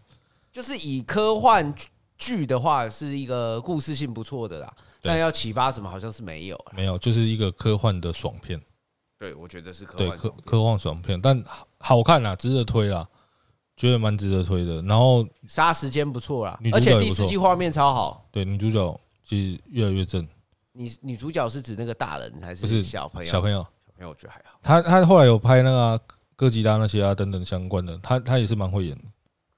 就是以科幻剧的话是一个故事性不错的啦，
对
但要启发什么好像是没有啊啦。
没有，就是一个科幻的爽片，
对，我觉得是科
对
幻
科
爽片。
科幻爽片，但好好看啦，值得推啦，觉得蛮值得推的。然后
杀时间不错啦
女，主
而
角也
且
不错
第四季画面超好。
对女主角其实越来越正，
女女主角是指那个大人还
不是
是小朋友？
小朋友
小朋友我觉得还好。
她她后来有拍那个、啊、哥吉拉那些啊等等相关的，她她也是蛮会演的。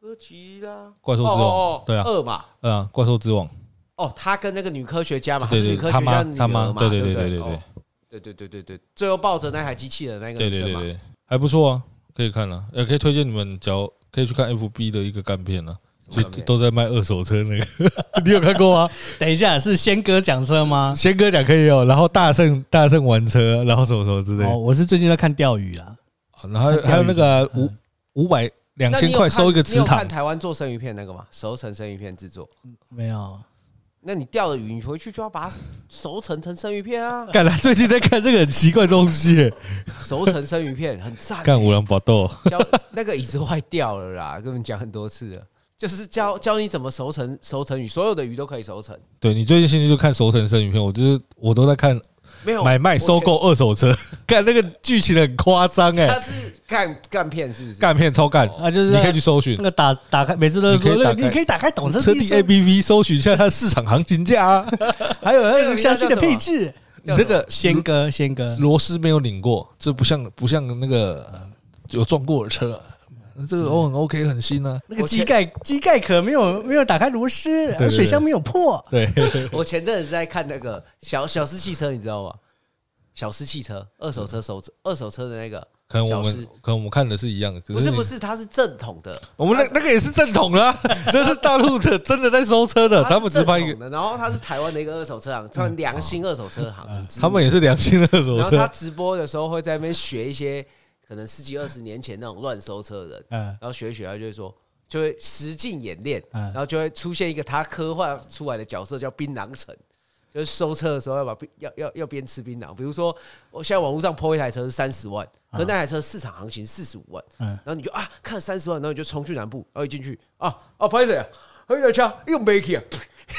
哥吉拉，
怪兽之王，
哦
对啊
二嘛，
对啊，怪兽之王，
哦，他跟那个女科学家嘛，
对
她是
对
女科
他
学家
妈
的女
他
儿
妈，
嘛，
对
对
对
不
对对
哦
对
对对对对对，最后抱着那台机器的那个
对
女
对
生
对
嘛，
对，还不错啊，可以看了，也可以推荐你们，只要可以去看 FB 的一个干片啊，
什
就
么
都在卖二手车那个， 你有看过吗？
啊等一下是仙哥讲车吗？
仙哥讲可以哦，然后大圣大圣玩车，然后什么什么之类的
哦，，我是最近在看钓鱼啊。
啊然后还有还有那个啊五五百两
那你
千
有
块
看
收一个
你
池
有看
塘，，
台湾做生鱼片那个吗？熟成生鱼片制作，
没有，
那你钓了鱼，你回去就要把 它熟成成生鱼片啊
干他最近在看这个很奇怪的东西耶，
熟成生鱼片很赞欸。
干五郎宝豆，
教那个椅子坏掉了啦，跟你们讲很多次了，就是教教你怎么熟成熟成鱼，所有的鱼都可以熟成，
对你最近兴趣就看熟成生鱼片，我就是我都在看
没有
买卖收购，二手车，干那个剧情很夸张
我前他
哎，
是干干片是不是？
干片超干，
哦
啊就是
你可以去搜寻
嗯
那。个打打开，每次都是说
你可
那
以打
个，
开
你可以打开懂车
车
帝
帝
搜
A P P 搜寻一下它的市场行情价 啊，
还有还
那
有
个
详细的配置。
你这个
仙哥，仙哥，
螺丝没有拧过，这不像不像那个呃有撞过的车，啊这个很 OK 很新 啊。
那个
我
机
前
盖机盖壳没有没有打开螺丝，然后
对对
水箱没有破。
对，
我前阵子是在看那个小小狮汽车，你知道吗？小狮汽车，二手车手二手车的那个，
可能我
小狮
们可能我们看的是一样的，只
不是
你
不，是，它是正统的，
我们那那个也是正统啦、 那是大陆的，真的在收车的，他们只
是
拍一
正
个，嗯
统的，然后它是台湾的一个二手车行，算良心二手车行，很知名
他们也是良心的二手
然后他
车。
直播的时候会在那边学一些可能十几二十年前那种乱收车的人，
嗯
然后学一学，他就会说，就会实境演练，
嗯
然后就会出现一个他刻画出来的角色叫槟榔城，就是收车的时候要把槟要要要边吃槟榔，比如说我现在网络上抛一台车是三十万，可那台车市场行情四十五万，
嗯
然后你就啊看三十万，然后你就冲去南部，然后一进去啊啊拍谁？回到家又没去啊，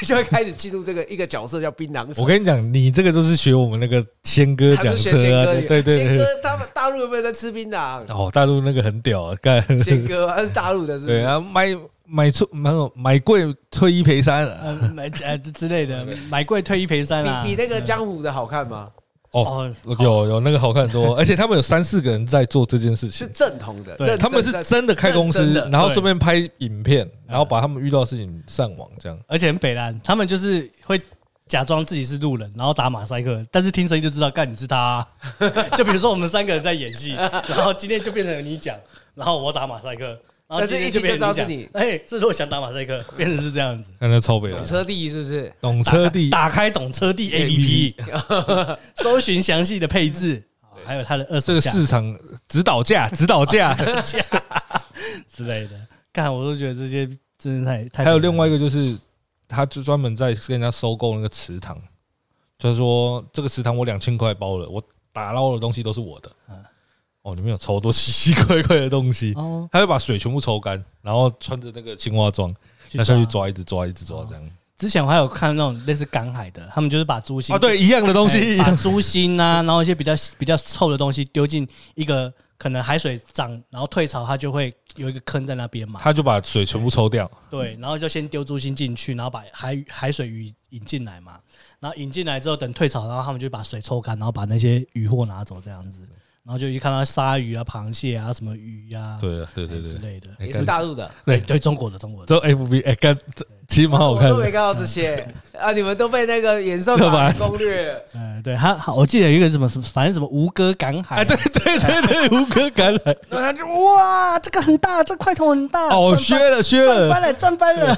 就会开始进入这个一个角色叫槟榔
我
手。
跟你讲，你这个就是学我们那个仙哥
他
讲
就
车
学宪
啊，对
哥一样，
对对
宪
对。
哥他们大陆有没有在吃槟榔？
哦，大陆那个很屌啊，干
宪哥他是大陆的，是不
对
是？
啊，买买错买买贵退一赔三啊
呃，买呃之之类的，买贵退一赔三啊。
比比那个江湖的好看吗？
哦，
哦，
有有那个好看多，而且他们有三四个人在做这件事
是
情，
正统的，
对
认真
他们是
在
真的开公
认
司
真的，
然后顺便拍影片，然后把他们遇到的事情上网这样。
而且很北兰，他们就是会假装自己是路人，然后打马赛克，但是听声音就知道干你是他啊、 就比如说我们三个人在演戏，然后今天就变成你讲，然后我打马赛克，然后
但是
今天
一听
变成
就知道
讲
是你
哎、是若想打马赛克，变成是这样子。
看那超北了
懂，车帝是不是？
懂车帝
打开懂车帝 APP，搜 寻详细的配置，还有它的二
这
手
个
价
市场指导价，指导价。
之类的。看，我都觉得这些真的太太。
还有另外一个就是，他就专门在跟人家收购那个祠堂，就是说这个祠堂我两千块包了，我打捞的东西都是我的
嗯。
哦，里面有超多奇奇怪怪的东西，
哦，
他会把水全部抽干，然后穿着那个青蛙装，那下去抓，一直抓一直抓这样。
之前我还有看那种类似赶海的，他们就是把猪心
啊，对，一样的东西，一
哦哎 把
样
猪心啊， 然后一些比较比较臭的东西丢进一个可能海水涨，然后退潮，它就会有一个坑在那边嘛。
他就把水全部抽掉。
对，然后就先丢猪心进去，然后把海海水鱼引进来嘛。然后引进来之后，等退潮，然后他们就把水抽干，然后把那些鱼货拿走，这样子。然后就一看到鲨鱼啊、螃蟹啊、什么鱼啊，
对啊，对
哎
对
之
对，
类的。
哎
也是大陆的，
对对，中国的中国的，
这 FB 哎，干，这其实蛮好
我
看
哦
都没
的
看。到这些啊！你们都被那个演算法攻略了。
呃，对，他好我记得有一个什么什么，反正什么吴哥赶海啊，
哎，对对对对，吴哥感染，
然后他就哇，这个很大，这块头很大，
哦，
赚
削
翻
了削
赚
了，
翻了，赚翻了。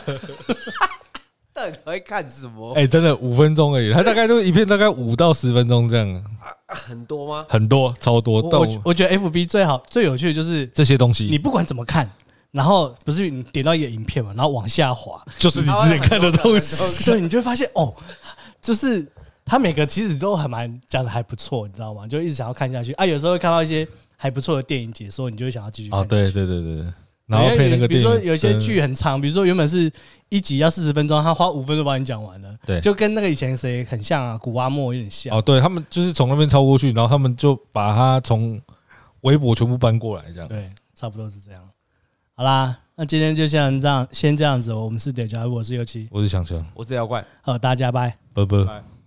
到底会看什么？
哎、真的五分钟而已，它大概就一片大概五到十分钟这样，
很多吗？
很多超多。
我
但
我
我
我觉得 F B 最好最有趣的就是
这些东
你
西
不管怎么看，然后不是你点到一个影片嘛，然后往下滑，
就是你之前看的东西，
对，你就会发现哦，就是他每个其实都还蛮讲的还不错，你知道吗？就一直想要看下去啊。有时候会看到一些还不错的电影解说，你就会想要继续看
啊！
下去
对对对对对，然后配那个
哎比如
电
说
影，
有一些
真的，
剧很长，比如说原本是一集要四十分钟，他花五分钟把你讲完了，
对
就跟那个以前谁很像啊，古阿莫有点像。
哦，对他们就是从那边超过去，然后他们就把它从微博全部搬过来这样。
对，差不多是这样。好啦，那今天就像这样，先这样子哦。我们是点加我是尤其，
我是想想，
我是妖怪。
好，大家拜。
拜拜。
拜